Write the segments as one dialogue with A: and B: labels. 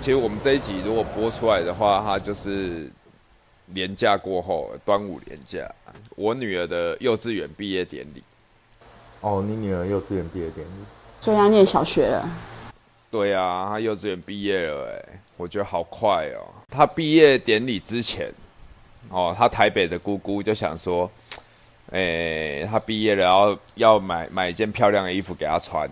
A: 其实我们这一集如果播出来的话，它就是年假过后，端午年假，我女儿的幼稚园毕业典礼。
B: 哦，你女儿幼稚园毕业典礼，
C: 所以要念小学了。
A: 对啊，她幼稚园毕业了、欸，哎，我觉得好快哦。她毕业典礼之前，哦，她台北的姑姑就想说，哎、她毕业了，然后要买买一件漂亮的衣服给她穿。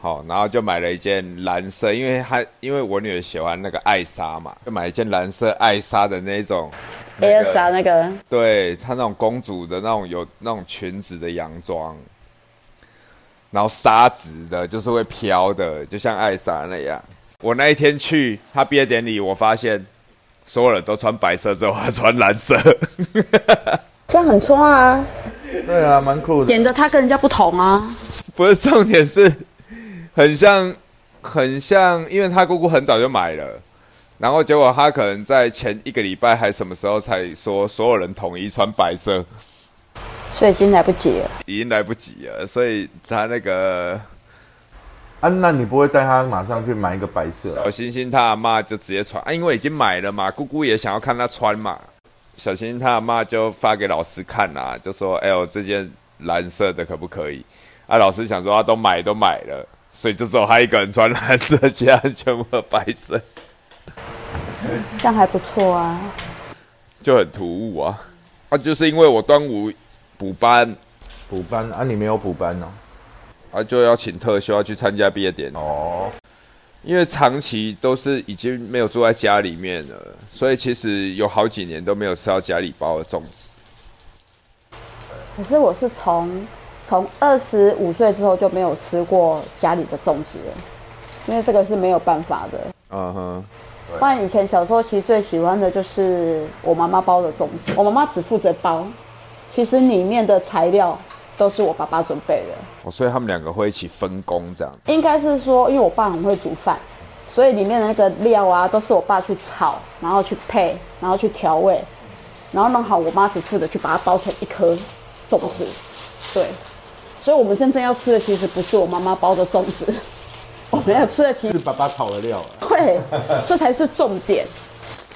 A: 好，然后就买了一件蓝色，因为她因为我女儿喜欢那个艾莎嘛，就买一件蓝色艾莎的那种。那个
C: Elsa 那个
A: 对她那种公主的那种有那种裙子的洋装，然后纱质的，就是会飘的，就像艾莎那样。我那一天去她毕业典礼，我发现所有人都穿白色，只有她穿蓝色。
C: 这样很冲啊，
B: 对啊，蛮酷的。
C: 显得他跟人家不同啊。
A: 不是重点是，很像很像，因为她姑姑很早就买了。然后结果她可能在前一个礼拜还什么时候才说所有人统一穿白色，
C: 所以已经来不及了。
A: 已经来不及了，所以她那个
B: 啊，那你不会带她马上去买一个白色啊、
A: 小星星他阿妈就直接传啊，因为已经买了嘛，姑姑也想要看他穿嘛。小星星他阿妈就发给老师看啦、就说：“哎、呦，这件蓝色的可不可以？”啊，老师想说他都买都买了，所以就只有他一个人穿蓝色，其他人全部都白色，
C: 这样还不错啊。
A: 就很突兀啊。啊，就是因为我端午补班，
B: 补班啊？你没有补班哦、
A: 啊就要请特休，要去参加毕业典礼。
B: 哦，
A: 因为长期都是已经没有住在家里面了，所以其实有好几年都没有吃到家里包的粽子。
C: 可是我是从从二十五岁之后就没有吃过家里的粽子了，因为这个是没有办法的。
A: 嗯哼，
C: 不然以前小时候其实最喜欢的就是我妈妈包的粽子，我妈妈只负责包，其实里面的材料都是我爸爸准备的，
A: 哦所以他们两个会一起分工这样。
C: 应该是说因为我爸很会煮饭，所以里面的那个料啊都是我爸去炒，然后去配，然后去调味，然后弄好我妈只负责去把它包成一颗粽子，对，所以我们真正要吃的其实不是我妈妈包的粽子， 我们要吃的其实
B: 是爸爸炒的料啊。
C: 对，这才是重点。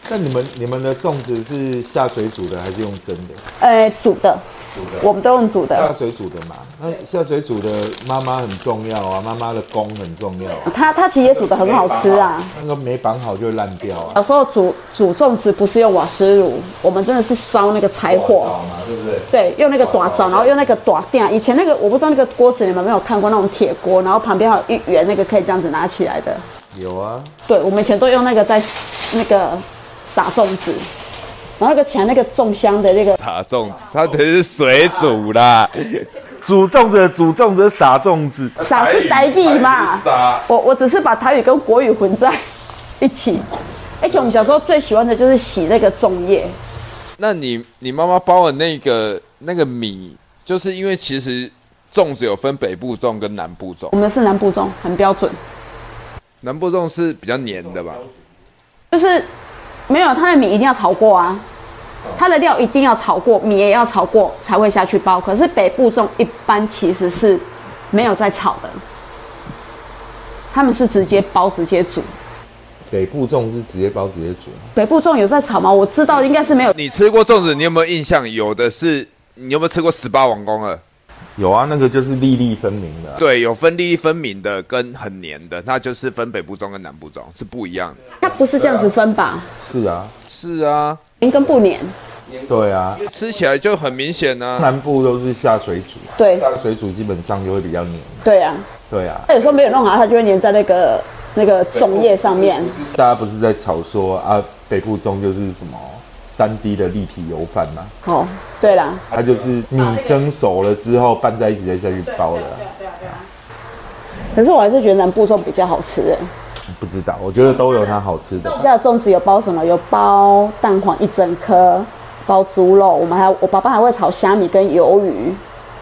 B: 那你们你们的粽子是下水煮的还是用蒸的？
C: 呃，煮的，
B: 煮的
C: 我们都用煮
B: 下
C: 的。
B: 水煮的嘛。那下水煮的妈妈很重要啊，妈妈的功很重要啊。
C: 它它其实也煮的很好吃啊。
B: 那个没绑好就会烂掉啊。
C: 小时候煮煮粽子不是用瓦斯炉，我们真的是烧那个柴火，
B: 嘛，对不对？
C: 对，用那个短灶，然后用那个短电。以前那个我不知道那个锅子你们有没有看过那种铁锅，然后旁边还有一圆那个可以这样子拿起来的。
B: 有啊，
C: 对，我们以前都用那个在那个撒粽子，然后那个起来那个粽香的那个
A: 炸粽子， 它等于是水煮啦。
B: 煮粽子的煮粽子撒粽子，
C: 撒啊是台语嘛。
A: 撒
C: 我我只是把台语跟国语混在一起，而且我们小时候最喜欢的就是洗那个粽叶，
A: 那你你妈妈包的那个那个米，就是因为其实粽子有分北部粽跟南部粽
C: 我，们是南部粽，很标准，
A: 南部粽是比较黏的吧？
C: 就是没有它的米一定要炒过啊，它的料一定要炒过，米也要炒过才会下去包。可是北部粽一般其实是没有在炒的，他们是直接包直接煮。
B: 北部粽是直接包直接煮。
C: 北部粽有在炒吗？我知道应该是没有，
A: 你吃过粽子，你有没有印象？有的是，你有没有吃过十八王公了？
B: 有啊，那个就是粒粒分明的啊、
A: 对，有分粒粒分明的跟很黏的，那就是分北部粽跟南部粽是不一样的。
C: 它不是这样子分吧？
B: 是啊，
A: 是啊，
C: 年跟不黏，
B: 对啊，
A: 吃起来就很明显呢、 啊。
B: 南部都是下水煮啊，
C: 对
B: 下水煮基本上就会比较黏。
C: 对啊。
B: 对啊，
C: 它有时候没有弄好，它就会粘在那个那个粽叶上面。
B: 大家不是在吵说啊，北部粽就是什么三 D 的立体油饭吗？
C: 哦，对啦，
B: 它就是米蒸熟了之后拌在一起再下去包的啊、
C: 可是我还是觉得南部粽比较好吃哎。
B: 不知道，我觉得都有它好吃的。
C: 我家的粽子有包什么？有包蛋黄一整颗，包猪肉，我们还我爸爸还会炒虾米跟鱿鱼，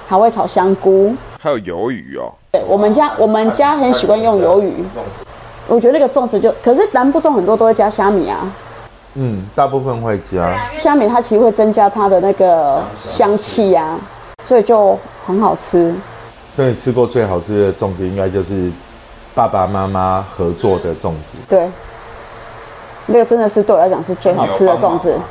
C: 还会炒香菇。
A: 还有鱿鱼哦，
C: 对我们家我们家很喜欢用鱿鱼，我觉得那个粽子就，可是南部粽很多都会加虾米啊，
B: 嗯，大部分会加。
C: 虾米它其实会增加它的那个香气啊，所以就很好吃。
B: 所以你吃过最好吃的粽子，应该就是爸爸妈妈合作的粽子。
C: 对，那个真的是对我来讲是最好吃的粽
A: 你有
C: 子
A: 帮忙。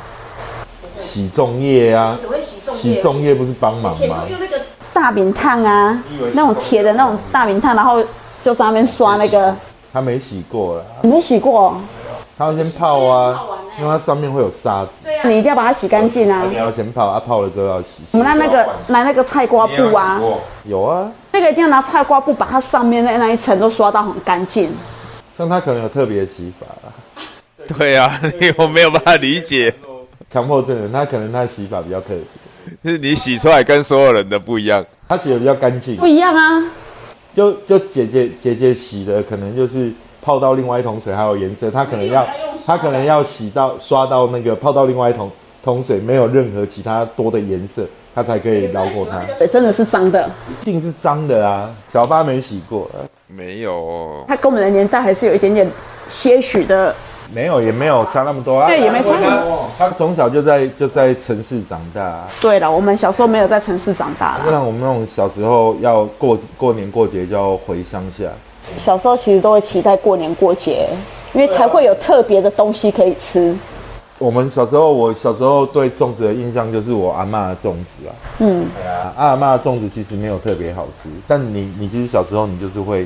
B: 洗粽叶啊
D: 你，只会洗粽
B: 洗
D: 叶，
B: 粽叶不是帮忙
D: 前
B: 吗
D: 头？用那个
C: 大饼烫啊
A: 你以为，是
C: 那种铁的那种大饼烫，然后就在那边刷那个，
B: 他没洗过啦，
C: 你没洗过，哦
B: 他要先泡
D: 泡完
B: 啊
D: 了，
B: 因为它上面会有沙子，
D: 对啊，
C: 你一定要把它洗干净啊。
B: 你要先泡，啊泡了之后要洗。
C: 我们拿那个拿那个菜瓜
A: 你也有
C: 布啊
A: 洗，过
B: 有啊，
C: 那个一定要拿菜瓜布把它上面那那一层都刷到很干净。
B: 像他可能有特别的洗法啦，
A: 对啊， 你我没有办法理解，
B: 强迫症人他可能他的洗法比较特别，
A: 就是你洗出来跟所有人的不一样。
B: 他洗的比较干净
C: 不。一样啊，
B: 就就姐姐姐姐洗的，可能就是泡到另外一桶水还有颜色，她可能要
D: 没有要用刷
B: 她可能要洗到刷到那个泡到另外一桶桶水没有任何其他多的颜色，她才可以饶过它。
C: 水真的是脏的。
B: 一定是脏的啊，小八没洗过，呃
A: 没有哦，
C: 它跟我们的年代还是有一点点些许的，
B: 没有也没有差那么多啊。
C: 对，也没差很多。
B: 她从小就在就在城市长大、啊，
C: 对了，我们小时候没有在城市长大
B: 不
C: 啦，
B: 然我们那种小时候要过过年过节就要回乡下。
C: 小时候其实都会期待过年过节，因为才会有特别的东西可以吃。
B: 我们小时候，我小时候对粽子的印象就是我阿嬷的粽子啊。
C: 嗯，
B: 对啊，啊阿嬷的粽子其实没有特别好吃，但你你其实小时候你就是会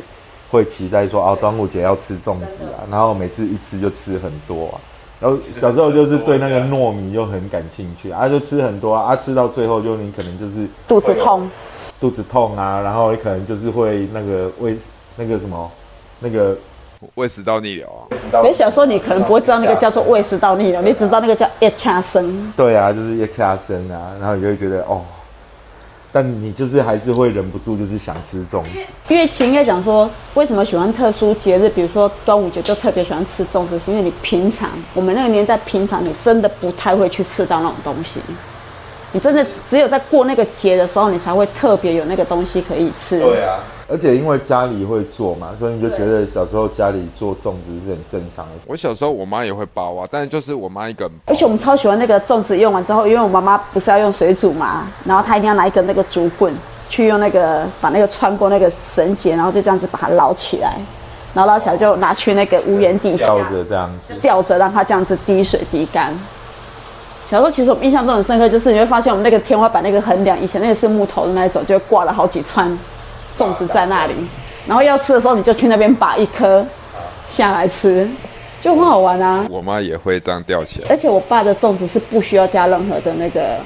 B: 会期待说啊，端午节要吃粽子啊，然后每次一吃就吃很多啊。然后小时候就是对啊那个糯米又很感兴趣啊，就吃很多啊，啊吃到最后就你可能就是
C: 肚子痛，
B: 肚子痛啊，然后你可能就是会那个胃那个什么那个
A: 胃食道逆流啊，
C: 可是小时候你可能不会知道那个叫做胃食道逆流，你只知道那个叫一掐生。
B: 对啊，就是一掐生啊，然后你就会觉得哦，但你就是还是会忍不住就是想吃粽子。
C: 因为其实应该讲说，为什么喜欢特殊节日，比如说端午节就特别喜欢吃粽子，是因为你平常我们那个年代平常你真的不太会去吃到那种东西，你真的只有在过那个节的时候，你才会特别有那个东西可以吃。
A: 啊，
B: 而且因为家里会做嘛，所以你就觉得小时候家里做粽子是很正常的事。
A: 我小时候我妈也会包啊，但是就是我妈一个人包
C: 而且我们超喜欢那个粽子，用完之后，因为我妈妈不是要用水煮嘛，然后她一定要拿一根那个竹棍去用那个把那个穿过那个绳结，然后就这样子把它捞起来，然后捞起来就拿去那个屋檐底下
B: 吊着这样子，
C: 吊着，让它这样子滴水滴干。小时候其实我们印象中很深刻，就是你会发现我们那个天花板那个横梁，以前那个是木头的那一种，就会挂了好几串粽子在那里，然后要吃的时候你就去那边拔一颗下来吃，就很好玩啊。
A: 我妈也会这样吊起来。
C: 而且我爸的粽子是不需要加任何的那个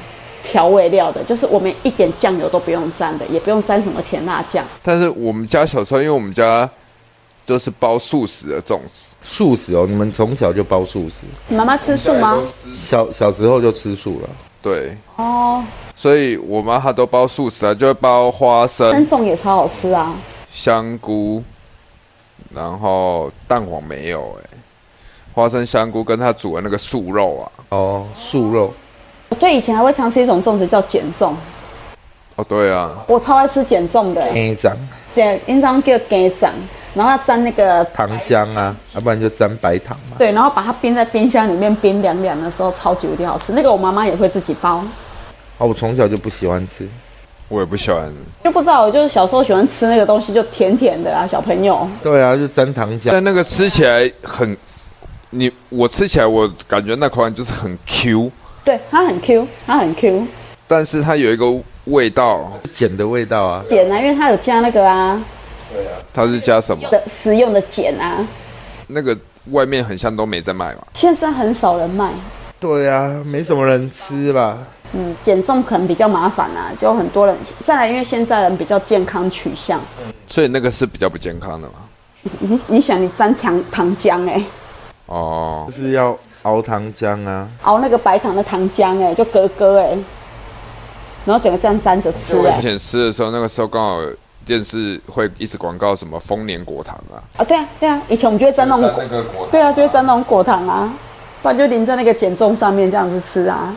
C: 调味料的，就是我们一点酱油都不用沾的，也不用沾什么甜辣酱。
A: 但是我们家小时候，因为我们家就是包素食的粽子，
B: 素食哦，你们从小就包素食，
C: 你妈妈吃素吗？
B: 小小时候就吃素了。
A: 对，
C: 哦，
A: 所以我妈她都包素食啊，就会包花生
C: 三、粽也超好吃啊！
A: 香菇，然后蛋黄没有哎、花生、香菇跟她煮的那个素肉啊，
B: 哦，素肉，
C: 我对以前还会尝试一种粽子叫碱粽，
A: 哦对啊，
C: 我超爱吃碱粽的，
B: 那一张
C: 碱应该叫碱粽，然后要沾那个
B: 糖浆啊，要不然就沾白糖嘛。
C: 对，然后把它冰在冰箱里面冰凉凉的时候，超级无敌好吃。那个我妈妈也会自己包。
B: 哦，我从小就不喜欢吃，
A: 我也不喜欢。
C: 就不知道，我就是小时候喜欢吃那个东西，就甜甜的啊，小朋友。
B: 对啊，就沾糖浆。
A: 但那个吃起来很，你我吃起来我感觉那口感就是很 Q，
C: 对，它很 Q，它很 Q。
A: 但是它有一个味道，
B: 碱的味道啊，
C: 碱啊，因为它有加那个啊
A: 它是加什么？
C: 的食用的碱啊，
A: 那个外面很像都没在卖嘛。
C: 现在很少人卖。
B: 对啊，没什么人吃吧？
C: 嗯，减重可能比较麻烦啊，就很多人。再来，因为现在人比较健康取向，
A: 所以那个是比较不健康的嘛。
C: 你你想你沾糖糖浆哎、
A: 哦
B: 就，是要熬糖浆啊，
C: 熬那个白糖的糖浆哎、就格格哎、然后整个这样沾着吃
A: 我
C: 哎、
A: 以前吃的时候，那个时候刚好电视会一直广告什么丰年果糖啊，
C: 啊对啊对啊，以前我们就会沾那种果，
A: 个果
C: 对啊就会沾那种果糖啊，不然就淋在那个减重上面这样子吃啊。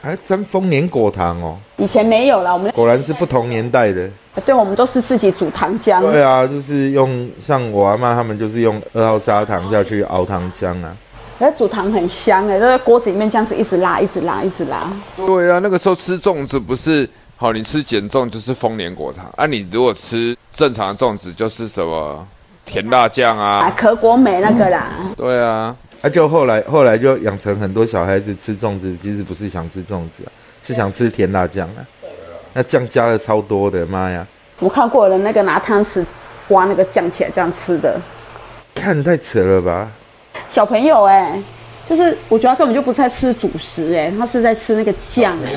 B: 还哎沾丰年果糖哦，
C: 以前没有啦，我们
B: 果然是不同年代的。
C: 对我们都是自己煮糖浆。
B: 对啊，就是用像我阿妈他们就是用二号砂糖下去熬糖浆啊。
C: 那煮糖很香哎、欸，都在锅子里面这样子一直拉，一直拉，一直拉。
A: 对啊，那个时候吃粽子不是好，你吃减重就是丰年果糖啊，你如果吃正常的粽子就是什么甜辣酱
C: 买
A: 啊，
C: 可果美那个啦，
A: 对啊，
B: 啊，就后来后来就养成很多小孩子吃粽子，其实不是想吃粽子啊，是想吃甜辣酱啊。那酱加了超多的，妈呀！
C: 我看过有人那个拿汤匙挖那个酱起来这样吃的，
B: 看太扯了吧？
C: 小朋友哎、就是我觉得他根本就不是在吃主食哎、他是在吃那个酱哎、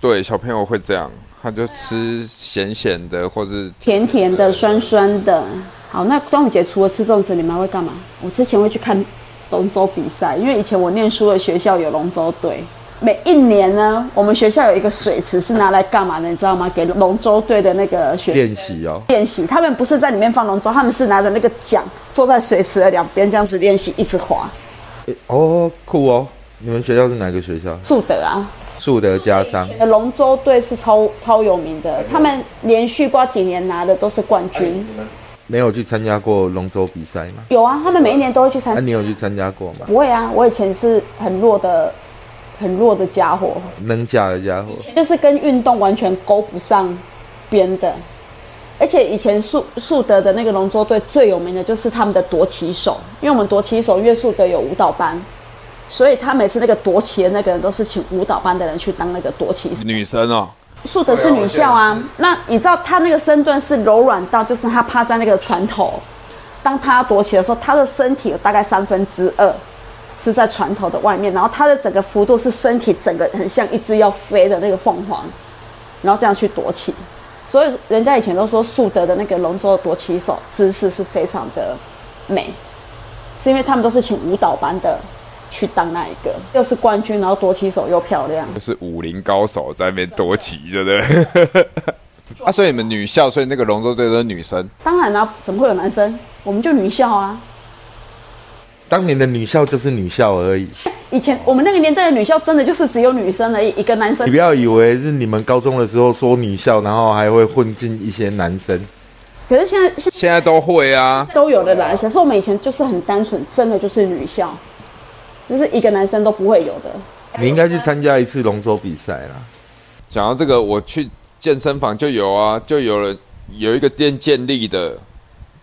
A: 对，小朋友会这样，他就吃咸咸的，或是
C: 甜甜的、酸酸的。好，那端午节除了吃粽子，你们还会干嘛？我之前会去看龙舟比赛，因为以前我念书的学校有龙舟队。每一年呢，我们学校有一个水池是拿来干嘛的，你知道吗？给龙舟队的那个学
B: 练习哦，
C: 练习，他们不是在里面放龙舟，他们是拿着那个桨坐在水池的两边这样子练习，一直划。
B: 诶哦，酷哦！你们学校是哪个学校？
C: 素德啊，
B: 树德家商。
C: 龙舟队是超超有名的，他们连续不知道几年拿的都是冠军。
B: 没有去参加过龙舟比赛吗？
C: 有啊，他们每一年都会去
B: 啊，
C: 参加。
B: 你有去参加过吗？
C: 不会啊，我以前是很弱的，很弱的家伙，
B: 能嫁的家伙，
C: 就是跟运动完全勾不上边的。而且以前树树德的那个龙舟队最有名的就是他们的夺旗手，因为我们夺旗手因为树德有舞蹈班，所以他每次那个夺旗的那个人都是请舞蹈班的人去当那个夺旗手。
A: 女生哦，
C: 树德是女校啊，那你知道她那个身段是柔软到，就是她趴在那个船头，当她躲起的时候，她的身体有大概三分之二是在船头的外面，然后她的整个幅度是身体整个很像一只要飞的那个凤凰，然后这样去躲起。所以人家以前都说树德的那个龙舟的夺旗手姿势是非常的美，是因为他们都是请舞蹈班的去当那一个，又是冠军，然后夺旗手又漂亮。
A: 就是武林高手在那边夺旗，对不对？ 啊，所以你们女校，所以那个龙舟队都是女生，
C: 当然啦、怎么会有男生？我们就女校啊。
B: 当年的女校就是女校而已。
C: 以前我们那个年代的女校真的就是只有女生而已，一个男生
B: 你不要以为是你们高中的时候说女校，然后还会混进一些男生。
C: 可是现在现
A: 现在都会啊。
C: 在都有的啦。小时候我们以前就是很单纯，真的就是女校，就是一个男生都不会有的。
B: 你应该去参加一次龙舟比赛啦。
A: 讲到这个，我去健身房就有啊，就有人有一个练健力的，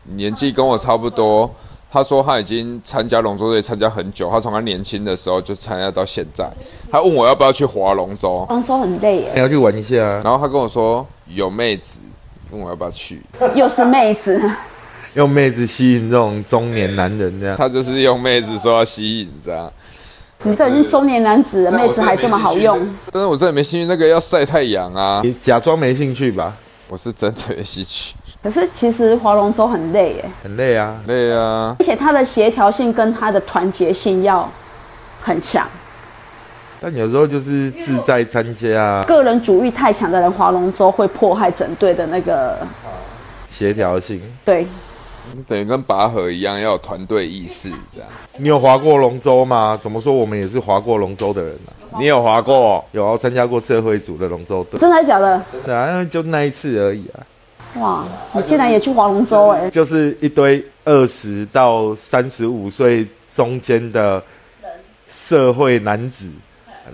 A: 年纪跟我差不多。他说他已经参加龙舟队参加很久，他从他年轻的时候就参加到现在。他问我要不要去划龙舟，
C: 广州很累 耶，
B: 你要去玩一下啊，
A: 然后他跟我说有妹子，问我要不要去。
C: 又是妹子，
B: 用妹子吸引这种中年男人这样。
A: 他就是用妹子说要吸引这样，
C: 你都已经中年男子了，妹子还这么好用，
A: 但是我真的没兴趣，那个要晒太阳啊，
B: 你假装没兴趣吧，
A: 我是真的没兴趣。
C: 可是其实划龙舟很累耶，
B: 很累啊。
A: 对啊，
C: 而且它的协调性跟它的团结性要很强。
B: 但有时候就是自在参加啊，
C: 个人主义太强的人划龙舟会迫害整队的那个
B: 协调性。
C: 对
A: 等于跟拔河一样，要有团队意识这样。
B: 你有划过龙舟吗？怎么说我们也是划过龙舟的人啊？
A: 你有划过？
B: 有啊，我参加过社会组的龙舟队，
C: 真的假的？
B: 真的啊，就那一次而已啊。
C: 哇，你竟然也去划龙舟哎、
B: 就是一堆二十到三十五岁中间的社会男子，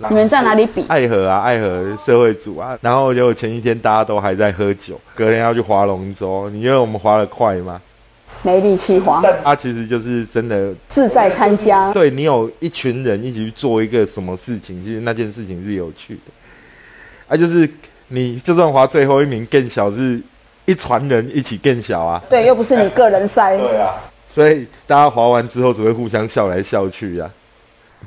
C: 你们在哪里比？
B: 爱河啊，爱河社会组啊，然后结果前一天大家都还在喝酒，隔天要去划龙舟，你因为我们划得快嘛，
C: 没力气划，
B: 他啊其实就是真的，
C: 自在参加。
B: 对你有一群人一起去做一个什么事情，其实那件事情是有趣的，啊，就是你就算划最后一名更小，是一船人一起更小啊，
C: 对，又不是你个人赛，
B: 所以大家划完之后只会互相笑来笑去啊。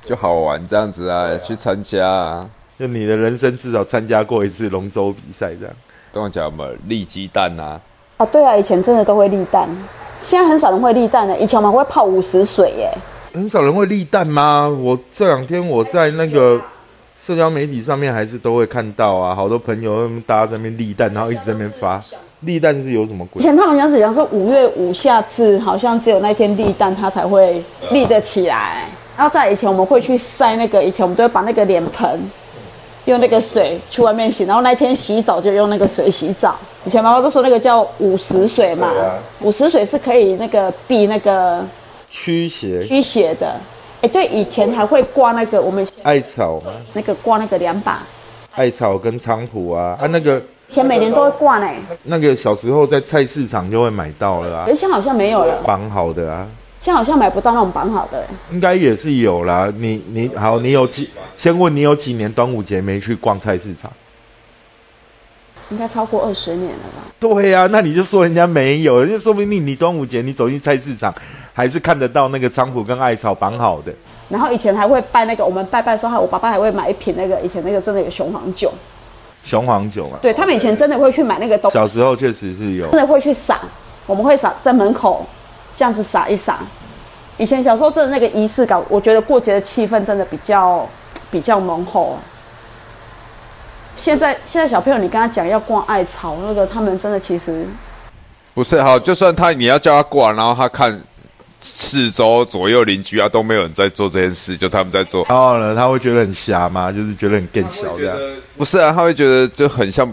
A: 就好玩这样子啊，去参加啊。
B: 就你的人生至少参加过一次龙舟比赛，这样
A: 跟我讲嘛，利鸡蛋啊，
C: 啊，对啊，以前真的都会立蛋，现在很少人会立蛋了。以前我们会泡五十水欸耶，
B: 很少人会立蛋吗？我这两天我在那个社交媒体上面还是都会看到啊，好多朋友大家在那边立蛋，然后一直在那边发立蛋是有什么
C: 以
B: 鬼？
C: 前他们好像只讲说五月五下至，好像只有那天立蛋，它才会立得起来。然后在以前我们会去晒那个，以前我们都会把那个脸盆用那个水去外面洗，然后那天洗澡就用那个水洗澡。以前妈妈都说那个叫五十水嘛，五十水啊是可以那个避那个
B: 驱邪
C: 驱邪的。哎，对，以前还会挂那个我们
B: 艾草吗？
C: 那个挂那个两把，
B: 艾草跟菖蒲啊啊那个
C: 以前每年都会挂呢，
B: 那个小时候在菜市场就会买到了啊
C: 可，是现在好像没有了，
B: 绑好的啊，
C: 现在好像买不到那种绑好的。
B: 应该也是有啦。你你好，你有几？先问你有几年端午节没去逛菜市场？
C: 应该超过二十年了吧？
B: 对呀、那你就说人家没有，人家说不定你端午节你走进菜市场，还是看得到那个菖蒲跟艾草绑好的。
C: 然后以前还会拜那个，我们拜拜的时候，还我爸爸还会买一瓶那个以前那个真的有雄黄酒，
B: 雄黄酒嘛，
C: 对他们以前真的会去买那个东西，
B: 小时候确实是有
C: 真。的会去撒，我们会撒在门口这样子撒一撒。以前小时候真的那个仪式感，我觉得过节的气氛真的比较比较浓厚。现在现在小朋友，你跟他讲要逛艾草那个，他们真的其实
A: 不是好，就算他你要叫他挂，然后他看四周左右邻居啊都没有人在做这件事，就他们在做。
B: 然后呢，他会觉得很瞎吗？就是觉得很更小这样。
A: 不是啊，他会觉得就很像，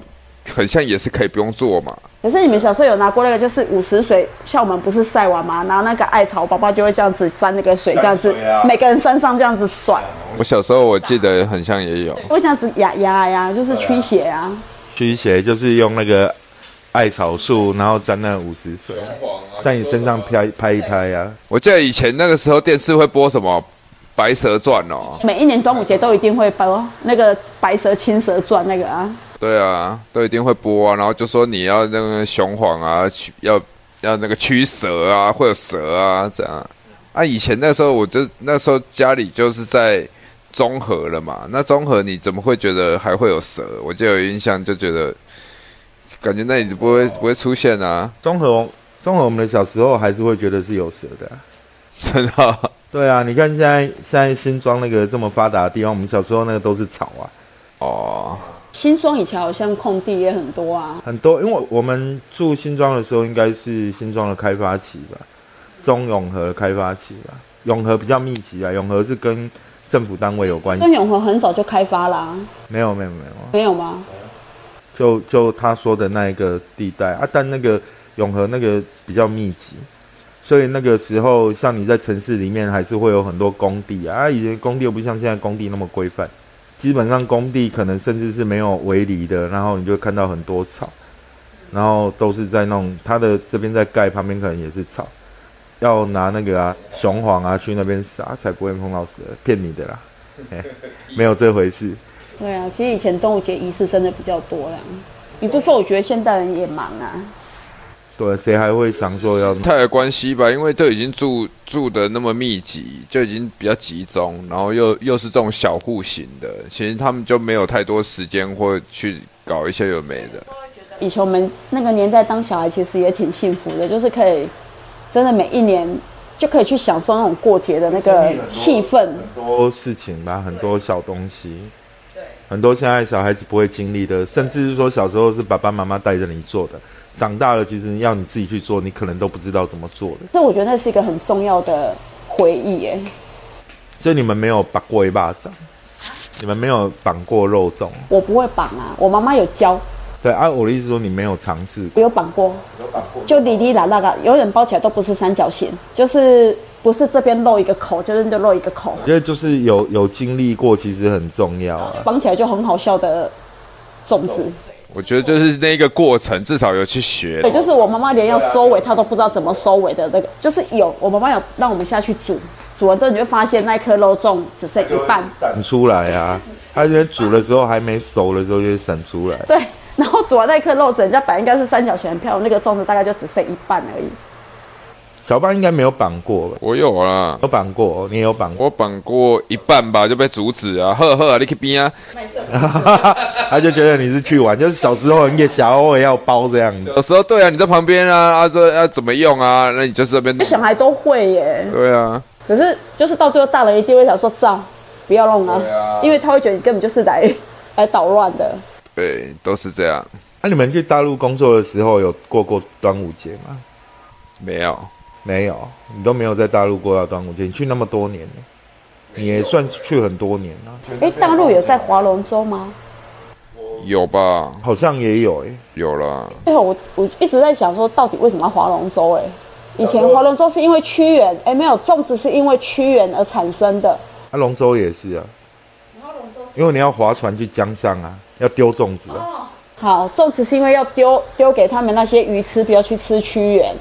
A: 很像也是可以不用做嘛。
C: 可是你们小时候有拿过那个，就是五十水，像我们不是晒完吗？拿那个艾草，我爸爸就会这样子沾那个水，这样子
B: 沾水啊，
C: 每个人身上这样子甩，
A: 我小时候我记得很像也有，
C: 会这样子压压呀，就是驱邪啊。
B: 驱邪就是用那个艾草树，然后沾那五十水，在啊你身上拍拍一拍啊。
A: 我记得以前那个时候电视会播什么《白蛇传》哦，
C: 每一年端午节都一定会包那个白蛇、青蛇传那个啊，
A: 对啊，都一定会播啊，然后就说你要那个雄黄啊，驱要要那个驱蛇啊，会有蛇啊这样啊。啊，以前那时候我就那时候家里就是在中和了嘛，那中和你怎么会觉得还会有蛇？我就有印象，就觉得感觉那里不会不会出现啊，
B: 综合综合我们的小时候还是会觉得是有蛇的啊、
A: 真的啊、
B: 对啊，你看现在现在新庄那个这么发达的地方，我们小时候那个都是草啊，
A: 哦。
C: 新庄以前好像空地也很多啊，
B: 很多。因为我我们住新庄的时候，应该是新庄的开发期吧，中永和的开发期吧。永和比较密集啊，永和是跟政府单位有关系
C: 但。永和很早就开发啦、
B: 没有没有没有，
C: 没有吗？
B: 就就他说的那一个地带啊，但那个永和那个比较密集，所以那个时候像你在城市里面还是会有很多工地啊，啊以前工地又不像现在工地那么规范，基本上工地可能甚至是没有围篱的，然后你就会看到很多草，然后都是在那种他的这边在盖，旁边可能也是草，要拿那个啊雄黄啊去那边撒，才不会碰到蛇，骗你的啦，嘿没有这回事。
C: 对啊，其实以前端午节仪式真的比较多啦。一部分我觉得现代人也忙啊，
B: 对，谁还会想说要
A: 太有关系吧，因为都已经住住的那么密集，就已经比较集中，然后又又是这种小户型的，其实他们就没有太多时间或去搞一些有没的。
C: 以前我们那个年代当小孩，其实也挺幸福的，就是可以真的每一年就可以去享受那种过节的那个气氛。
B: 很多事情吧，很多小东西，很多现在小孩子不会经历的，甚至是说小时候是爸爸妈妈带着你做的，长大了其实要你自己去做，你可能都不知道怎么做的。
C: 这我觉得那是一个很重要的回忆耶。
B: 所以你们没有绑过一巴掌，你们没有绑过肉粽，
C: 我不会绑啊，我妈妈有教，
B: 对啊，我的意思说你没有尝试过。
C: 我有绑过，就里里啦啦啦，有点包起来都不是三角形，就是不是这边露一个口，就是就露一个口，
B: 因为就是有有经历过，其实很重要啊。
C: 绑起来就很好笑的粽子。
A: 我觉得就是那个过程，至少有去学。
C: 对，就是我妈妈连要收尾，她都不知道怎么收尾的那个，就是有我妈妈有让我们下去煮，煮完之后你就发现那一颗肉粽只剩一半，
B: 散出来啊，它在煮的时候还没熟的时候就会散出来。
C: 对，然后煮完那一颗肉粽，人家本来应该是三角形很漂亮，那个粽子大概就只剩一半而已。
B: 小班应该没有绑过吧？
A: 我有啦，
B: 有绑过，你也有绑过。
A: 我绑过一半吧，就被阻止啊！呵呵，你去边啊，
B: 他就觉得你是去玩，就是小时候也想偶尔要包这样子。
A: 有时候对啊，你在旁边啊，啊说要怎么用啊，那你就是这边弄。
C: 小孩都会耶，
A: 对啊，
C: 可是就是到最后大人一定会想说造，不要弄啊，因为他会觉得你根本就是来 来捣乱的。
A: 对，都是这样。
B: 那、啊你们去大陆工作的时候有过过端午节吗？
A: 没有，
B: 没有，你都没有在大陆过到端午节，你去那么多年了，你也算是去很多年了，
C: 哎，大陆有在划龙舟吗？
A: 有吧？
B: 好像也有欸诶、
A: 有啦。
C: 哎呦，我我一直在想说，到底为什么要划龙舟、哎，以前划龙舟是因为屈原，哎、没有粽子是因为屈原而产生的。
B: 啊，龙舟也是啊，因为你要划船去江上啊，要丢粽子啊，
C: 好，粽子是因为要丢丢给他们那些鱼吃，不要去吃屈原。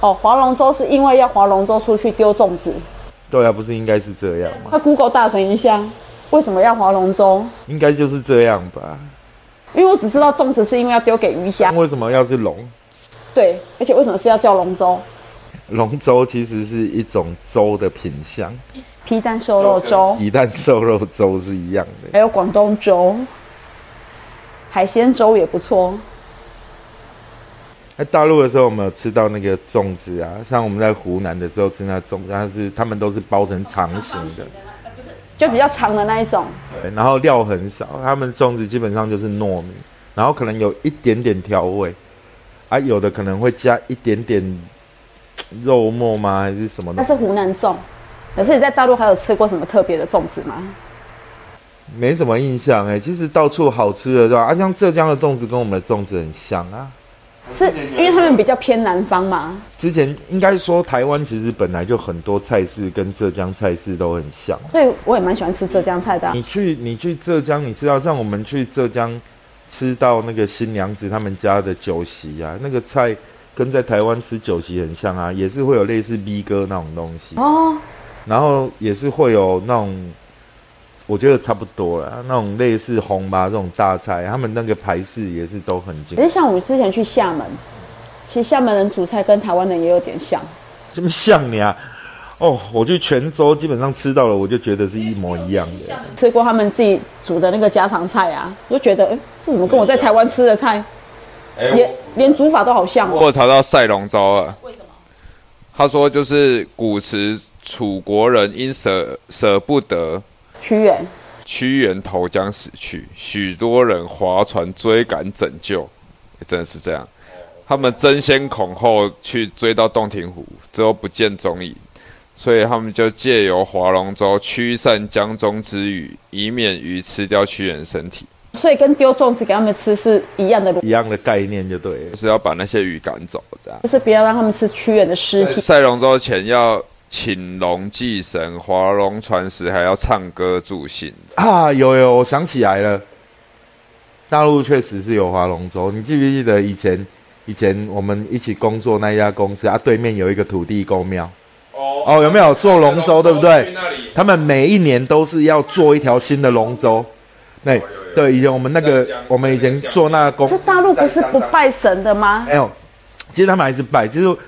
C: 哦，划龙舟是因为要划龙舟出去丢粽子。
B: 对啊，不是应该是这样吗？
C: 那 Google 大神一下，为什么要划龙舟？
B: 应该就是这样吧？
C: 因为我只知道粽子是因为要丢给鱼虾，
B: 为什么要是龙？
C: 对，而且为什么是要叫龙舟？
B: 龙舟其实是一种粥的品相，
C: 皮蛋瘦肉粥，
B: 一旦瘦肉粥是一样的。
C: 还有广东粥，海鲜粥也不错。
B: 在哎大陆的时候，我们有吃到那个粽子啊，像我们在湖南的时候吃那粽子，它是他们都是包成长形的，
C: 就比较长的那一种，
B: 对然后料很少，他们粽子基本上就是糯米，然后可能有一点点调味，啊，有的可能会加一点点嘖肉末吗？还是什么
C: 那
B: 的？
C: 是湖南粽。可是你在大陆还有吃过什么特别的粽子吗？
B: 没什么印象哎、其实到处好吃的，对吧？啊，像浙江的粽子跟我们的粽子很像啊。
C: 是因为他们比较偏南方嘛？
B: 之前应该说台湾其实本来就很多菜式跟浙江菜式都很像。
C: 所以我也蛮喜欢吃浙江菜的啊、
B: 你去你去浙江，你知道像我们去浙江吃到那个新娘子他们家的酒席啊，那个菜跟在台湾吃酒席很像啊，也是会有类似逼哥那种东西，
C: 哦，
B: 然后也是会有那种。我觉得差不多了，那种类似红吧这种大菜，他们那个排式也是都很精
C: 可。是像我们之前去厦门，其实厦门人煮菜跟台湾人也有点像。
B: 这么像你啊？哦，我去泉州基本上吃到了，我就觉得是一模一样的。
C: 吃过他们自己煮的那个家常菜啊，就觉得，哎、这怎么跟我在台湾吃的菜，
A: 哎
C: 连连煮法都好像哦。
A: 我查到赛龙舟了。为什么？他说就是古时楚国人因舍舍不得
C: 屈原，
A: 屈原投江死去，许多人划船追赶拯救，也真的是这样。他们争先恐后去追到洞庭湖，之后不见踪影，所以他们就借由划龙舟驱散江中之鱼，以免鱼吃掉屈原身体，
C: 所以跟丢粽子给他们吃是一样的路，
B: 一样的概念就对了
A: 就。是要把那些鱼赶走，这样。
C: 就是不要让他们吃屈原的尸体。
A: 赛龙舟前要请龙祭神，划龙船时还要唱歌助兴。
B: 啊，有有，我想起来了，大陆确实是有划龙舟。你记不记得以前以前我们一起工作那一家公司啊，对面有一个土地公庙
A: 哦
B: 哦，有没有做龙舟？对不对？他们每一年都是要做一条新的龙舟。那对，以前我们那个
A: 湛江
B: 我们以前做那个公
C: 这
B: 司
C: 大陆不是不拜神的吗？
B: 没有，哎其实他们还是拜，就是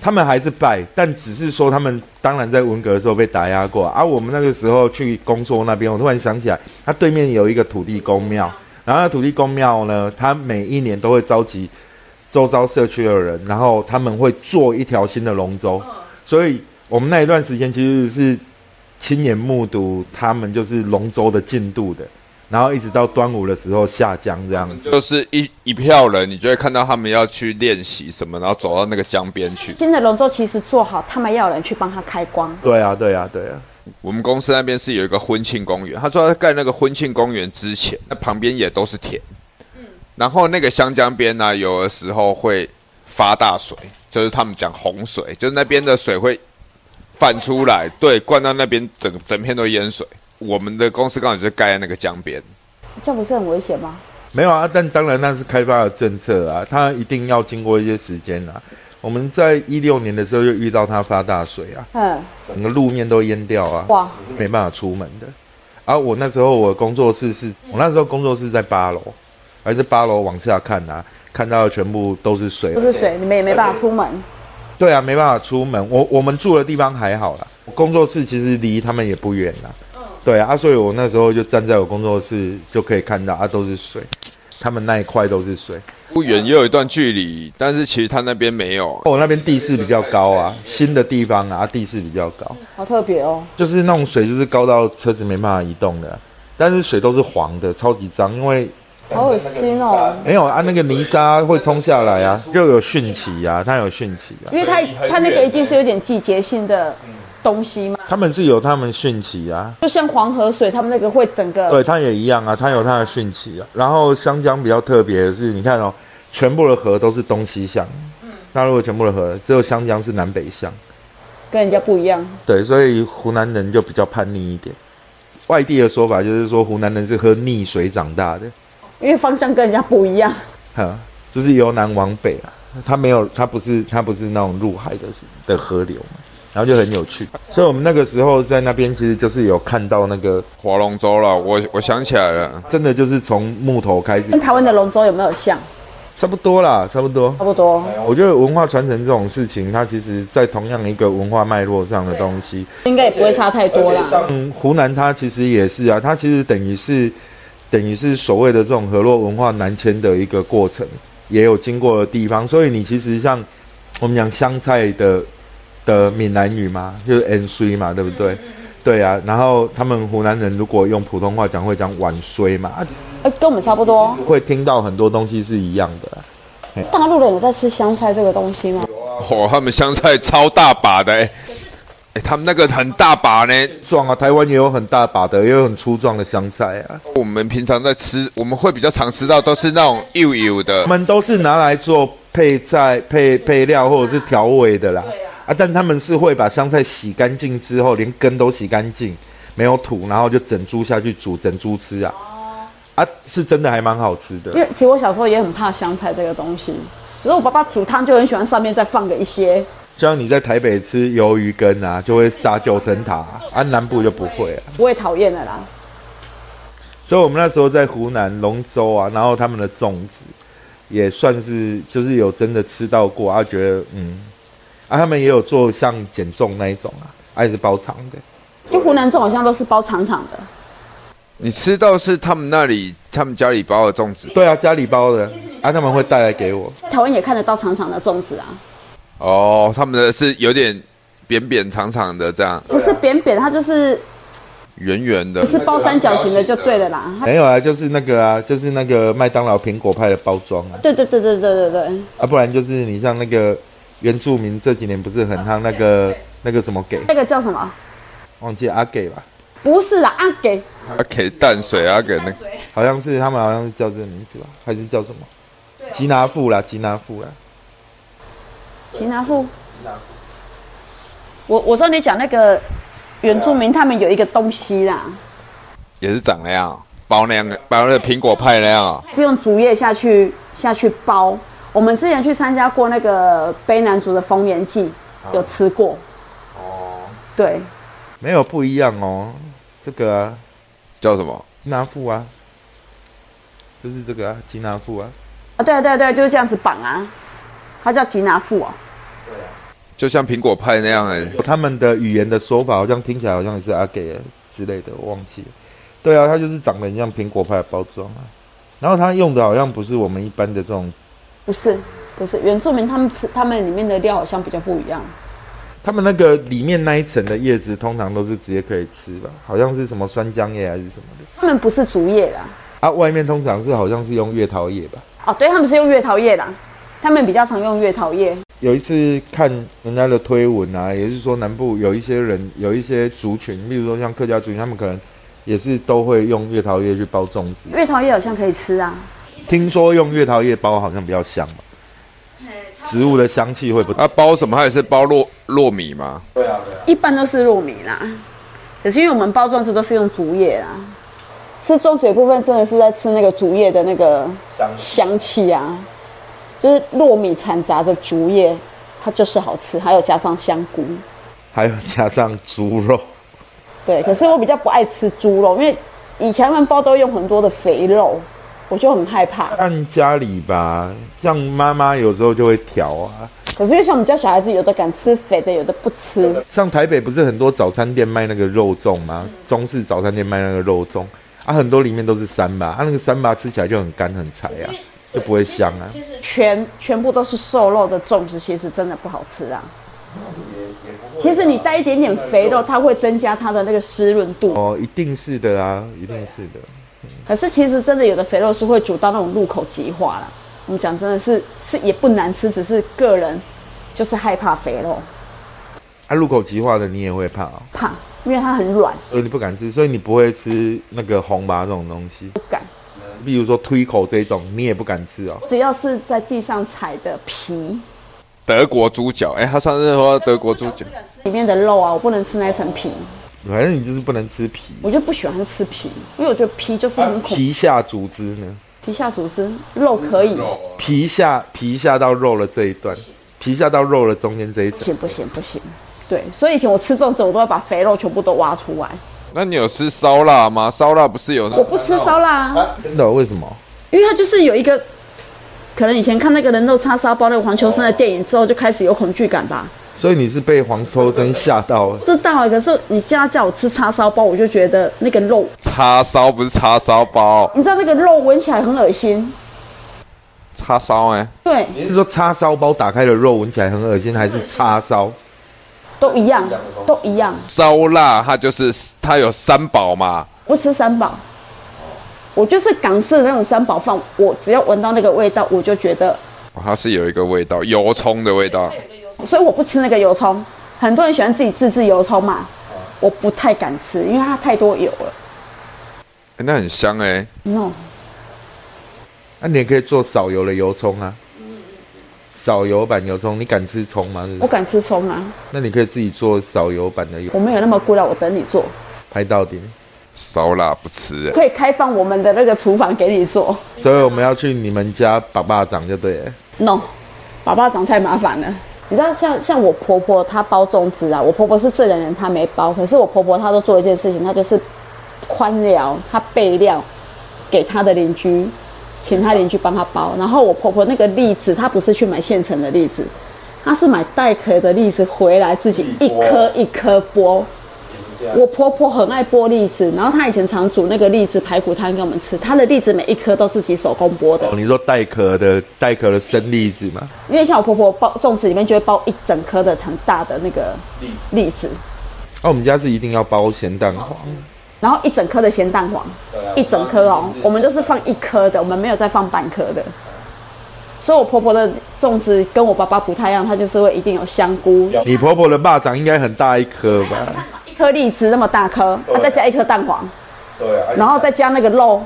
B: 他们还是拜，但只是说他们当然在文革的时候被打压过啊。我们那个时候去工作那边，我突然想起来，他对面有一个土地公庙，然后那土地公庙呢，他每一年都会召集周遭社区的人，然后他们会做一条新的龙舟，所以我们那一段时间其实是亲眼目睹他们就是龙舟的进度的。然后一直到端午的时候下江这样子，
A: 就是一一票人，你就会看到他们要去练习什么，然后走到那个江边去。
C: 新的龙舟其实做好，他们要有人去帮他开光。
B: 对啊，对啊，对啊。
A: 我们公司那边是有一个婚庆公园，他说他盖那个婚庆公园之前，那旁边也都是田。然后那个湘江边呢、有的时候会发大水，就是他们讲洪水，就是那边的水会泛出来，对，灌到那边整整片都淹水。我们的公司刚好就是盖在那个江边，
C: 这样不是很危险吗？
B: 没有啊，但当然那是开发的政策啊，它一定要经过一些时间啊。我们在一六年的时候就遇到它发大水啊，
C: 嗯，
B: 整个路面都淹掉啊，
C: 哇，
B: 没办法出门的。啊，我那时候我的工作室是，我那时候工作室在八楼，而在八楼往下看啊，看到的全部都是水，啊
C: 不是水，你们也没办法出门。
B: 对啊，没办法出门。我我们住的地方还好啦，我工作室其实离他们也不远啦。
C: 嗯
B: 对啊，啊所以我那时候就站在我工作室就可以看到啊，都是水，他们那一块都是水。
A: 不远也有一段距离，但是其实他那边没有。
B: 哦我、那边地势比较高啊，新的地方啊，地势比较高，
C: 好特别哦，
B: 就是那种水就是高到车子没办法移动的，啊但是水都是黄的，超级脏，因为
C: 好恶心哦，
B: 没有啊，那个泥沙会冲下来啊，就有汛期啊，它有汛期啊，
C: 因为它它那个一定是有点季节性的东西嘛，
B: 他们是有他们汛期啊，
C: 就像黄河水，他们那个会整个
B: 对，它也一样啊，它有它的汛期啊。然后湘江比较特别的是，你看哦，全部的河都是东西向，大陆的全部的河只有湘江是南北向。
C: 跟人家不一样。
B: 对，所以湖南人就比较叛逆一点。外地的说法就是说，湖南人是喝逆水长大的，
C: 因为方向跟人家不一样。
B: 哈，就是由南往北啊，它没有，它不是，它不是那种入海的的河流嘛，然后就很有趣。所以我们那个时候在那边，其实就是有看到那个，
A: 划龙舟了，我我想起来了，
B: 真的就是从木头开始
C: 跟，台湾的龙舟有没有像？
B: 差不多啦，差不多。
C: 差不多。
B: 我觉得文化传承这种事情，它其实在同样一个文化脉络上的东西，
C: 应该也不会差太多啦。
B: 嗯，湖南它其实也是啊，它其实等于是等于是所谓的这种河洛文化南迁的一个过程，也有经过的地方，所以你其实像我们讲湘菜的的闽南语嘛，就是 N C 嘛，对不
C: 嗯
B: 对？对啊，然后他们湖南人如果用普通话讲，会讲碗衰嘛，啊
C: 哎，跟我们差不多。
B: 会听到很多东西是一样的啊、
C: 大陆人有在吃香菜这个东西吗？
A: 哦，他们香菜超大把的、欸，哎、他们那个很大把呢。
B: 壮啊，台湾也有很大把的，也有很粗壮的湘菜啊，
A: 我们平常在吃，我们会比较常吃到都是那种幼幼的
B: 我，们都是拿来做配菜、配配料或者是调味的啦。啊，但他们是会把香菜洗干净之后，连根都洗干净，没有土，然后就整株下去煮，整株吃啊。啊，是真的还蛮好吃的
C: 因。为其实我小时候也很怕香菜这个东西，可是我爸爸煮汤就很喜欢上面再放个一些。
B: 就像你在台北吃鱿鱼羹啊，就会撒九层塔啊，啊南部就不会啊。
C: 我也讨厌了啦。
B: 所以我们那时候在湖南龙州啊，然后他们的粽子也算是就是有真的吃到过啊，觉得嗯，啊他们也有做像减重那一种啊，还、也是包肠的。
C: 就湖南粽好像都是包长长的，
A: 你吃到是他们那里他们家里包的粽子
B: 对啊，家里包的啊，他们会带来给我。
C: 台湾也看得到长长的粽子啊，
A: 哦，他们的是有点扁扁长长的这样，
C: 不是扁扁，它就是
A: 圆圆的
C: 不，是包三角形的就对了啦。它
B: 没有啊，就是那个啊，就是那个麦当劳苹果派的包装啊，
C: 对对对对对对对，
B: 啊，不然就是你像那个原住民这几年不是很夯那个那个什么给，
C: 那个叫什么？
B: 忘记阿给吧，
C: 不是啦，阿给
A: 啊给淡水啊给那个
B: 好像是他们好像是叫这个名字吧，还是叫什么？吉拿富啦，吉拿富啦，
C: 齐拿富。我我说你讲那个原住民，他们有一个东西啦，
A: 也是长那样，包那样的包那个苹果派那样哦，
C: 是用竹叶下去下去包。我们之前去参加过那个卑南族的丰年祭，有吃过。哦，对，
B: 没有不一样哦，这个啊，
A: 叫什么？
B: 吉拿富啊，就是这个啊，吉拿富啊，
C: 啊对啊对啊对啊，就是这样子绑啊，它叫吉拿富啊。
A: 就像苹果派那样哎、
B: 他们的语言的说法好像听起来好像也是阿给啊之类的，我忘记了。对啊，它就是长得很像苹果派的包装啊。然后它用的好像不是我们一般的这种，
C: 不是，不是原住民，他们吃他们里面的料好像比较不一样。
B: 他们那个里面那一层的叶子通常都是直接可以吃吧，好像是什么酸浆叶还是什么的
C: 他们不是竹叶啦，
B: 啊。外面通常是好像是用月桃叶吧。
C: 哦，对，他们是用月桃叶啦，他们比较常用月桃叶。
B: 有一次看人家的推文啊，也是说南部有一些人，有一些族群，例如说像客家族群，他们可能也是都会用月桃叶去包粽子。
C: 月桃叶好像可以吃啊，
B: 听说用月桃叶包好像比较香嘛，植物的香气会不
A: 啊包什么？它也是包糯糯米吗？
C: 一般都是糯米啦，可是因为我们包粽子都是用竹叶啦，吃粽子的部分真的是在吃那个竹叶的那个
B: 香。
C: 香气啊，就是糯米掺杂着竹叶，它就是好吃，还有加上香菇。
B: 还有加上猪肉，
C: 对，可是我比较不爱吃猪肉，因为以前他们包都用很多的肥肉，我就很害怕。
B: 按家里吧，像妈妈有时候就会调啊。
C: 可是因为像我们家小孩子，有的敢吃肥的，有的不吃。
B: 像台北不是很多早餐店卖那个肉粽吗？中式早餐店卖那个肉粽啊，很多里面都是三拔，啊那个三拔吃起来就很干很柴啊，就不会香啊。
C: 全全部都是瘦肉的粽子，其实真的不好吃啊。其实你带一点点肥肉，它会增加它的那个湿润度。
B: 哦，一定是的啊，一定是的。
C: 可是其实真的有的肥肉是会煮到那种入口即化了。我们讲真的是是也不难吃，只是个人就是害怕肥肉，
B: 啊，入口即化的你也会怕、哦，
C: 怕，因为它很软，
B: 所以你不敢吃，所以你不会吃那个红麻这种东西，
C: 不敢。
B: 例如说推口这种，你也不敢吃哦。
C: 只要是在地上踩的皮
A: 德国猪脚，哎、他上次说德国猪脚，
C: 里面的肉啊，我不能吃那一层皮，
B: 反正你就是不能吃皮，
C: 啊我就不喜欢吃皮，因为我觉得皮就是很恐
B: 皮下组织呢？
C: 皮下组织肉可以，
B: 皮下皮下到肉了这一段，皮下到肉了中间这一
C: 不
B: 层，
C: 行不行不行。对，所以以前我吃粽子，我都会把肥肉全部都挖出来。
A: 那你有吃烧腊吗？烧腊不是有那
C: 我不吃烧腊、啊，
B: 真的哦、为什么？
C: 因为它就是有一个，可能以前看那个人肉叉烧包那个黄秋生的电影之后，就开始有恐惧感吧。
B: 所以你是被黄秋生吓到了？
C: 知道啊，可是你现在叫我吃叉烧包，我就觉得那个肉，
A: 叉烧，不是叉烧包，
C: 你知道那个肉闻起来很恶心。
A: 叉烧哎、
C: 对，
B: 你是说叉烧包打开的肉闻起来很恶心，还是叉烧？
C: 都一样，都一样。
A: 烧腊它就是它有三宝嘛，
C: 不吃三宝，哦我就是港式的那种三宝饭，我只要闻到那个味道，我就觉得，
A: 哦它是有一个味道，油葱的味道。
C: 所以我不吃那个油葱。很多人喜欢自己自制油葱嘛，我不太敢吃，因为它太多油了。
A: 欸那很香哎、
C: no，
B: 那、啊你也可以做少油的油葱啊，少油版油葱，你敢吃葱吗？
C: 我敢吃葱啊，
B: 那你可以自己做少油版的油
C: 我，没有那么孤陋，我等你做，
B: 拍到底。
A: 烧腊不吃、欸，
C: 可以开放我们的那个厨房给你做。
B: 所以我们要去你们家把爸掌就对了。
C: no，爸爸长太麻烦了。你知道像像我婆婆她包粽子啊，我婆婆是自然人，她没包。可是我婆婆她都做一件事情，她就是宽料，她备料给她的邻居，请她邻居帮她包。然后我婆婆那个栗子，她不是去买现成的栗子，她是买带壳的栗子回来自己一颗一颗剥。我婆婆很爱剥栗子，然后她以前常煮那个栗子排骨汤给我们吃。她的栗子每一颗都自己手工剥的
B: 哦，。你说带壳的带壳的生栗子吗？
C: 因为像我婆婆包粽子里面就会包一整颗的很大的那个栗子，
B: 哦，我们家是一定要包咸蛋黄，
C: 然后一整颗的咸蛋黄，一整颗哦，我们就是放一颗的，我们没有再放半颗的。所以我婆婆的粽子跟我爸爸不太一样，她就是会一定有香菇，
B: 你婆婆的巴掌应该很大一颗吧？
C: 一颗栗子那么大颗，她再加一颗蛋黄，
B: 对啊，
C: 然后再加那个肉，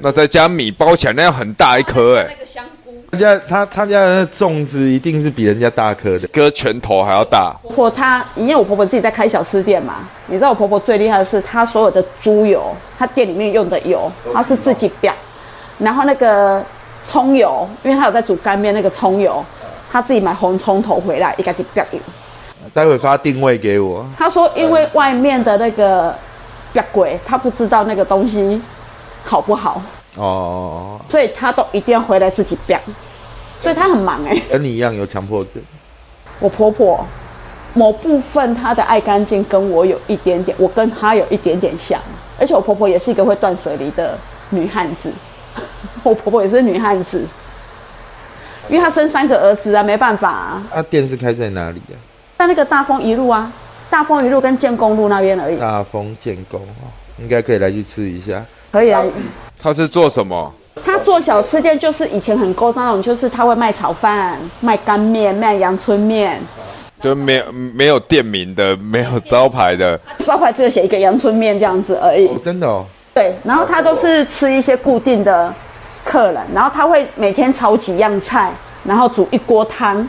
A: 那再加米包起来，那要很大一颗哎、
C: 个香菇。
B: 他家他他家的粽子一定是比人家大颗的。
A: 跟拳头还要大。
C: 婆婆她，因为我婆婆自己在开小吃店嘛，你知道我婆婆最厉害的是她所有的猪油，她店里面用的油，她是自己表，然后那个葱油，因为她有在煮干面那个葱油，她自己买红葱头回来，一个给表油。
B: 待会发定位给我，哦
C: 她说因为外面的那个表鬼，她不知道那个东西好不好，
B: 哦，
C: 所以她都一定要回来自己表，所以她很忙哎、
B: 跟你一样有强迫症。
C: 我婆婆某部分她的爱干净跟我有一点点，我跟她有一点点像，而且我婆婆也是一个会断舍离的女汉子， 我婆婆也是女汉子，因为她生三个儿子啊，没办法啊，
B: 那、店是开在哪里啊？
C: 在那个大丰一路啊，大丰一路跟建工路那边而已，
B: 大丰建工哦，应该可以来去吃一下。
C: 可以啊。
A: 它是做什么？
C: 她做小吃店就是以前很高张那种，就是她会卖炒饭、卖干面、卖阳春面，
A: 就没有没有店名的，没有招牌的，
C: 招牌只有写一个阳春面这样子而已。
B: 哦，真的哦，
C: 对，然后他都是吃一些固定的客人，然后他会每天炒几样菜，然后煮一锅汤，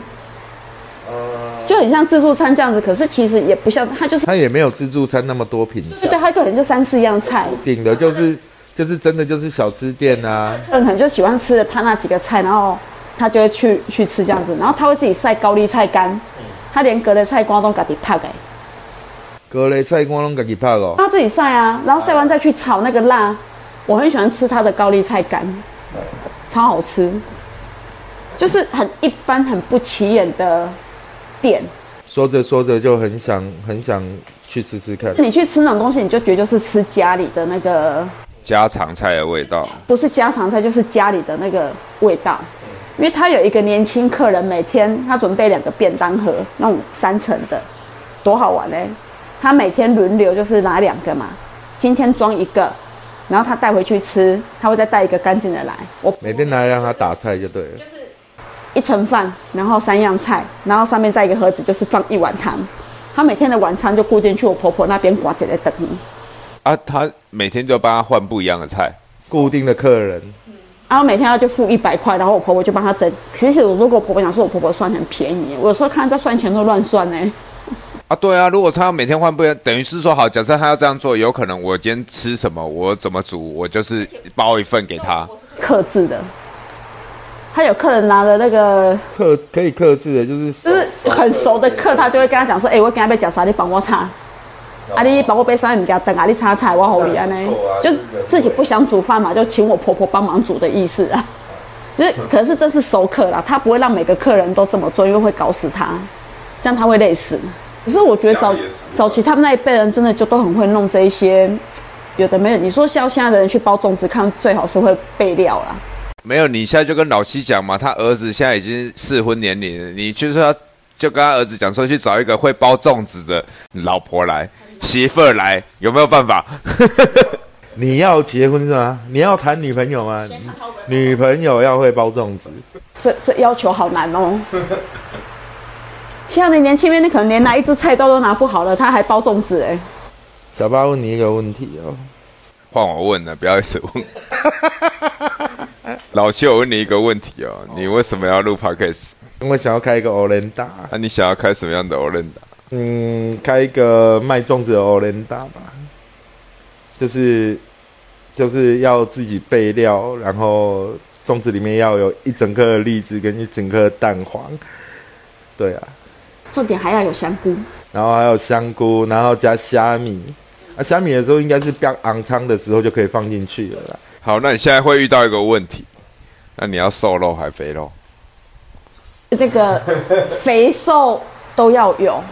C: 就很像自助餐这样子。可是其实也不像，他就是
B: 他也没有自助餐那么多品
C: 对
B: 相，
C: 对，他可能就三四样菜，
B: 顶的就是就是真的就是小吃店啊。
C: 客人可能就喜欢吃的他那几个菜，然后他就会去去吃这样子，然后他会自己晒高丽菜干，他连隔的菜瓜都自己拍的，
B: 格雷菜光拢自己拍咯，
C: 他自己晒啊，然后晒完再去炒那个辣，我很喜欢吃他的高丽菜干，超好吃，就是很一般、很不起眼的店。
B: 说着说着就很想很想去吃吃看。
C: 你去吃那种东西，你就觉得就是吃家里的那个，
A: 家常菜的味道。
C: 不是家常菜，就是家里的那个味道。因为他有一个年轻客人，每天他准备两个便当盒，那种三层的，多好玩嘞、他每天轮流就是拿两个嘛，今天装一个，然后他带回去吃，他会再带一个干净的来。我
B: 每天拿来让他打菜就对了。
C: 一层饭，然后三样菜，然后上面再一个盒子，就是放一碗汤。他每天的晚餐就固定去我婆婆那边寡姐来等你。
A: 啊，他每天就帮他换不一样的菜，
B: 固定的客人，
C: 然后啊每天他就付一百块，然后我婆婆就帮他整。其实我如果我婆婆想说，我婆婆算很便宜，我有时候看她在算钱都乱算欸呢。
A: 啊，对啊，如果他要每天换不一样，等于是说好，假设他要这样做，有可能我今天吃什么，我怎么煮，我就是包一份给他。
C: 克制的。他有客人拿着那个，
B: 克可以克制的，就是手
C: 就是很熟的客，他就会跟他讲说：“哎、我今天要吃啥，你帮我擦。啊，你帮我备三物件等啊，你擦菜，我好你安尼
A: 这样不错啊。”
C: 就
A: 就是人
C: 自己不想煮饭嘛，就请我婆婆帮忙煮的意思啊。就是，可是这是熟客啦，他不会让每个客人都这么做，因为会搞死他，这样他会累死。可是我觉得
A: 家
C: 早
A: 里也是
C: 早期他们那一辈人真的就都很会弄这一些，有的没有。你说像现在的人去包粽子，看最好是会备料啦。
A: 没有，你现在就跟老七讲嘛，他儿子现在已经适婚年龄了，你就是要就跟他儿子讲说，去找一个会包粽子的老婆来，媳妇儿来，有没有办法？
B: 你要结婚是吗？你要谈女朋友吗？女朋友要会包粽子，
C: 这这要求好难哦。像你年轻人，你可能连拿一只菜刀都拿不好了，他还包粽子哎、
B: 小八问你一个问题哦，
A: 换我问了，啊不要一直问。老七，我问你一个问题哦，你为什么要录 podcast？啊
B: 因为想要开一个 o l e n d a
A: 那、你想要开什么样的 o l e n d
B: 嗯，开一个卖粽子的 o l e n d a 吧，就是就是要自己备料，然后粽子里面要有一整颗的栗子跟一整颗的蛋黄，对啊，
C: 重点还要有香菇。
B: 然后还有香菇，然后加虾米。啊，虾米的时候应该是标昂仓的时候就可以放进去了啦。
A: 好，那你现在会遇到一个问题，那你要瘦肉还肥肉？
C: 那个肥瘦都要有，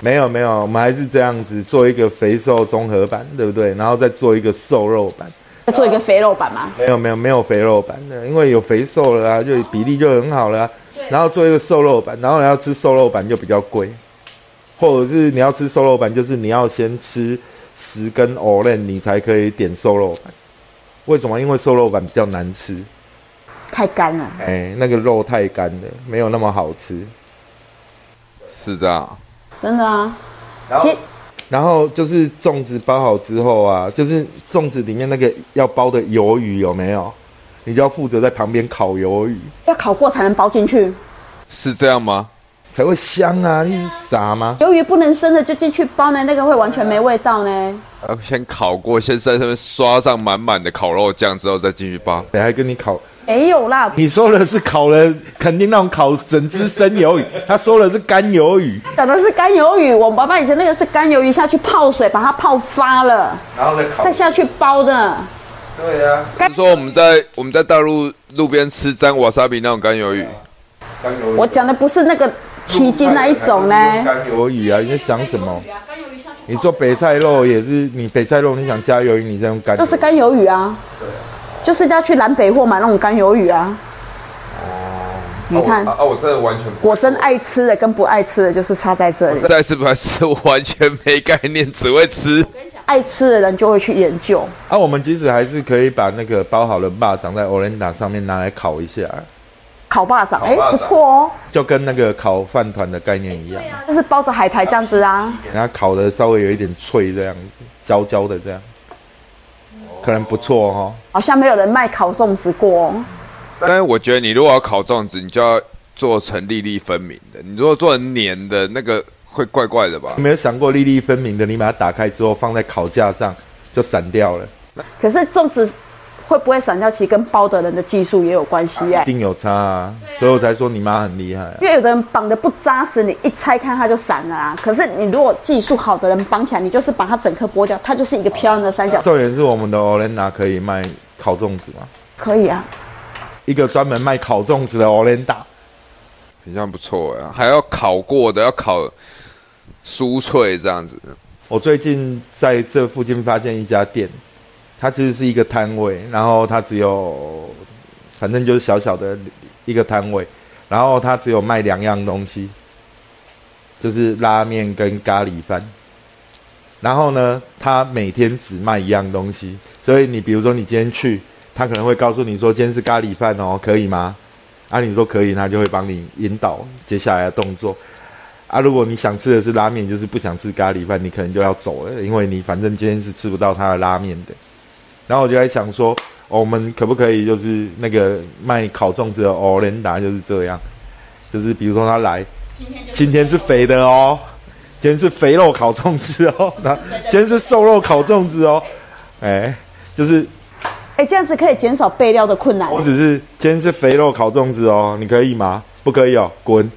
B: 没有没有，我们还是这样子做一个肥瘦综合版，对不对？然后再做一个瘦肉版。
C: 再做一个肥肉版嘛。
B: 没有没有没有肥肉版的，因为有肥瘦了啊，就比例就很好了啊、然后做一个瘦肉版，然后你要吃瘦肉版就比较贵，或者是你要吃瘦肉版，就是你要先吃十根 o l 你才可以点瘦肉版。为什么？因为瘦肉版比较难吃。
C: 太干了，
B: 哎、那个肉太干了，没有那么好吃。
A: 是这样。
C: 真的啊。其实
B: 然后就是粽子包好之后啊，就是粽子里面那个要包的鱿鱼有没有？你就要负责在旁边烤鱿鱼，
C: 要烤过才能包进去，
A: 是这样吗？
B: 才会香啊！你是傻吗？
C: 由于不能生的就进去包呢，那个会完全没味道呢。
A: 要啊先烤过，先在上面刷上满满的烤肉酱，之后再进去包。
B: 谁还跟你烤？
C: 没有啦，
B: 你说的是烤了，肯定那种烤整只生鱿鱼，他说的是干鱿鱼，
C: 讲的是干鱿鱼，我爸爸以前那个是干鱿鱼下去泡水，把它泡发了，
B: 然后再烤
C: 再下去包的。
B: 对啊，
A: 是说我们在我们在大陆路边吃沾瓦萨比那种干鱿鱼，
B: 干鱿鱼
C: 我讲的不是那个奇筋那一种呢。
B: 干鱿鱼啊，你在想什么？你做北菜肉也是，你北菜肉你想加鱿鱼，你再用干鱿鱼，
C: 就是干鱿鱼啊，就是要去南北货买那种干鱿鱼啊。你看，
A: 啊，我真的完全不
C: 果真爱吃的跟不爱吃的就是差在这里。
A: 再是不是我完全没概念，只会吃。
C: 爱吃的人就会去研究，
B: 啊，我们其实还是可以把那个包好的霸长在 Olenda 上面拿来烤一下，
C: 烤霸掌，哎
A: 霸，掌
C: 不错哦，
B: 就跟那个烤饭团的概念一样，
C: 就是包着海苔这样子啊。
B: 然后烤的稍微有一点脆，这样子焦焦的这样，可能不错哦。
C: 好像没有人卖烤粽子过哦，
A: 但是我觉得你如果要烤粽子，你就要做成粒粒分明的。你如果做成黏的，那个会怪怪的吧
B: 有？没有想过粒粒分明的，你把它打开之后放在烤架上就散掉了，
C: 可是粽子会不会散掉，其实跟包的人的技术也有关系
B: 一
C: 哎。
B: 定有差啊，所以我才说你妈很厉害啊。
C: 因为有的人绑的不扎实，你一拆开它就散了啊。可是你如果技术好的人绑起来，你就是把它整颗剥掉，它就是一个漂亮的三角。
B: 重点是我们的 Olenda 可以卖烤粽子吗？
C: 可以啊，
B: 一个专门卖烤粽子的 Olenda。
A: 很像不错呀、还要烤过的，要烤酥脆这样子。
B: 我最近在这附近发现一家店，它其实是一个摊位，然后它只有，反正就是小小的一个摊位，然后它只有卖两样东西，就是拉面跟咖喱饭。然后呢，它每天只卖一样东西，所以你比如说你今天去，他可能会告诉你说今天是咖喱饭哦，可以吗？啊，你说可以，他就会帮你引导接下来的动作。啊，如果你想吃的是拉面，就是不想吃咖喱饭，你可能就要走了，因为你反正今天是吃不到他的拉面的。然后我就在想说，哦我们可不可以就是那个卖烤粽子的 o l e n d a 就是这样，就是比如说他来，今天是肥的哦，今天是肥肉烤 粽子哦，那今天是瘦肉烤粽子哦，哎，就是
C: 哎、哎，这样子可以减少备料的困难。
B: 我只是今天是肥肉烤粽子哦，你可以吗？不可以哦，滚！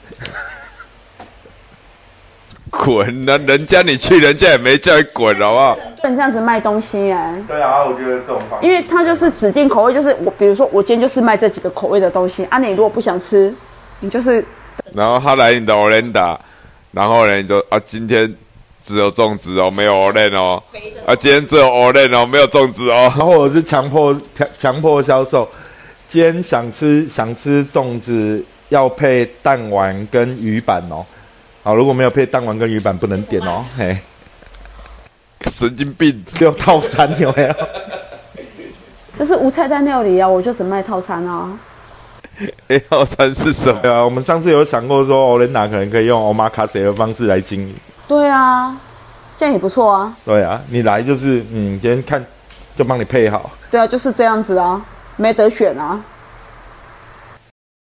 A: 滚！那人家你去，人家也没叫你滚，好不好？
C: 不能这样子卖东西哎，
B: 对啊，我觉得这种方
C: 因为它就是指定口味，就是我，比如说我今天就是卖这几个口味的东西啊，你如果不想吃，你就是
A: 然后他来你的 Olenda，然后呢，你就啊，今天只有粽子哦，没有 Olen 哦，啊，今天只有 Olen 哦，没有粽子哦。
B: 然后我是强迫强强迫销售，今天想吃想吃粽子要配蛋丸跟鱼板哦。好，如果没有配蛋丸跟鱼板不能点哦。嘿，
A: 神经病！
B: 只有套餐有没有？
C: 就是无菜单料理啊，我就只卖套餐啊。
A: A 号餐是什么？
B: 对啊，我们上次有想过说，欧琳娜可能可以用 omakase 的方式来经营。
C: 对啊，这样也不错啊。
B: 对啊，你来就是嗯，今天看就帮你配好。
C: 对啊，就是这样子啊，没得选啊。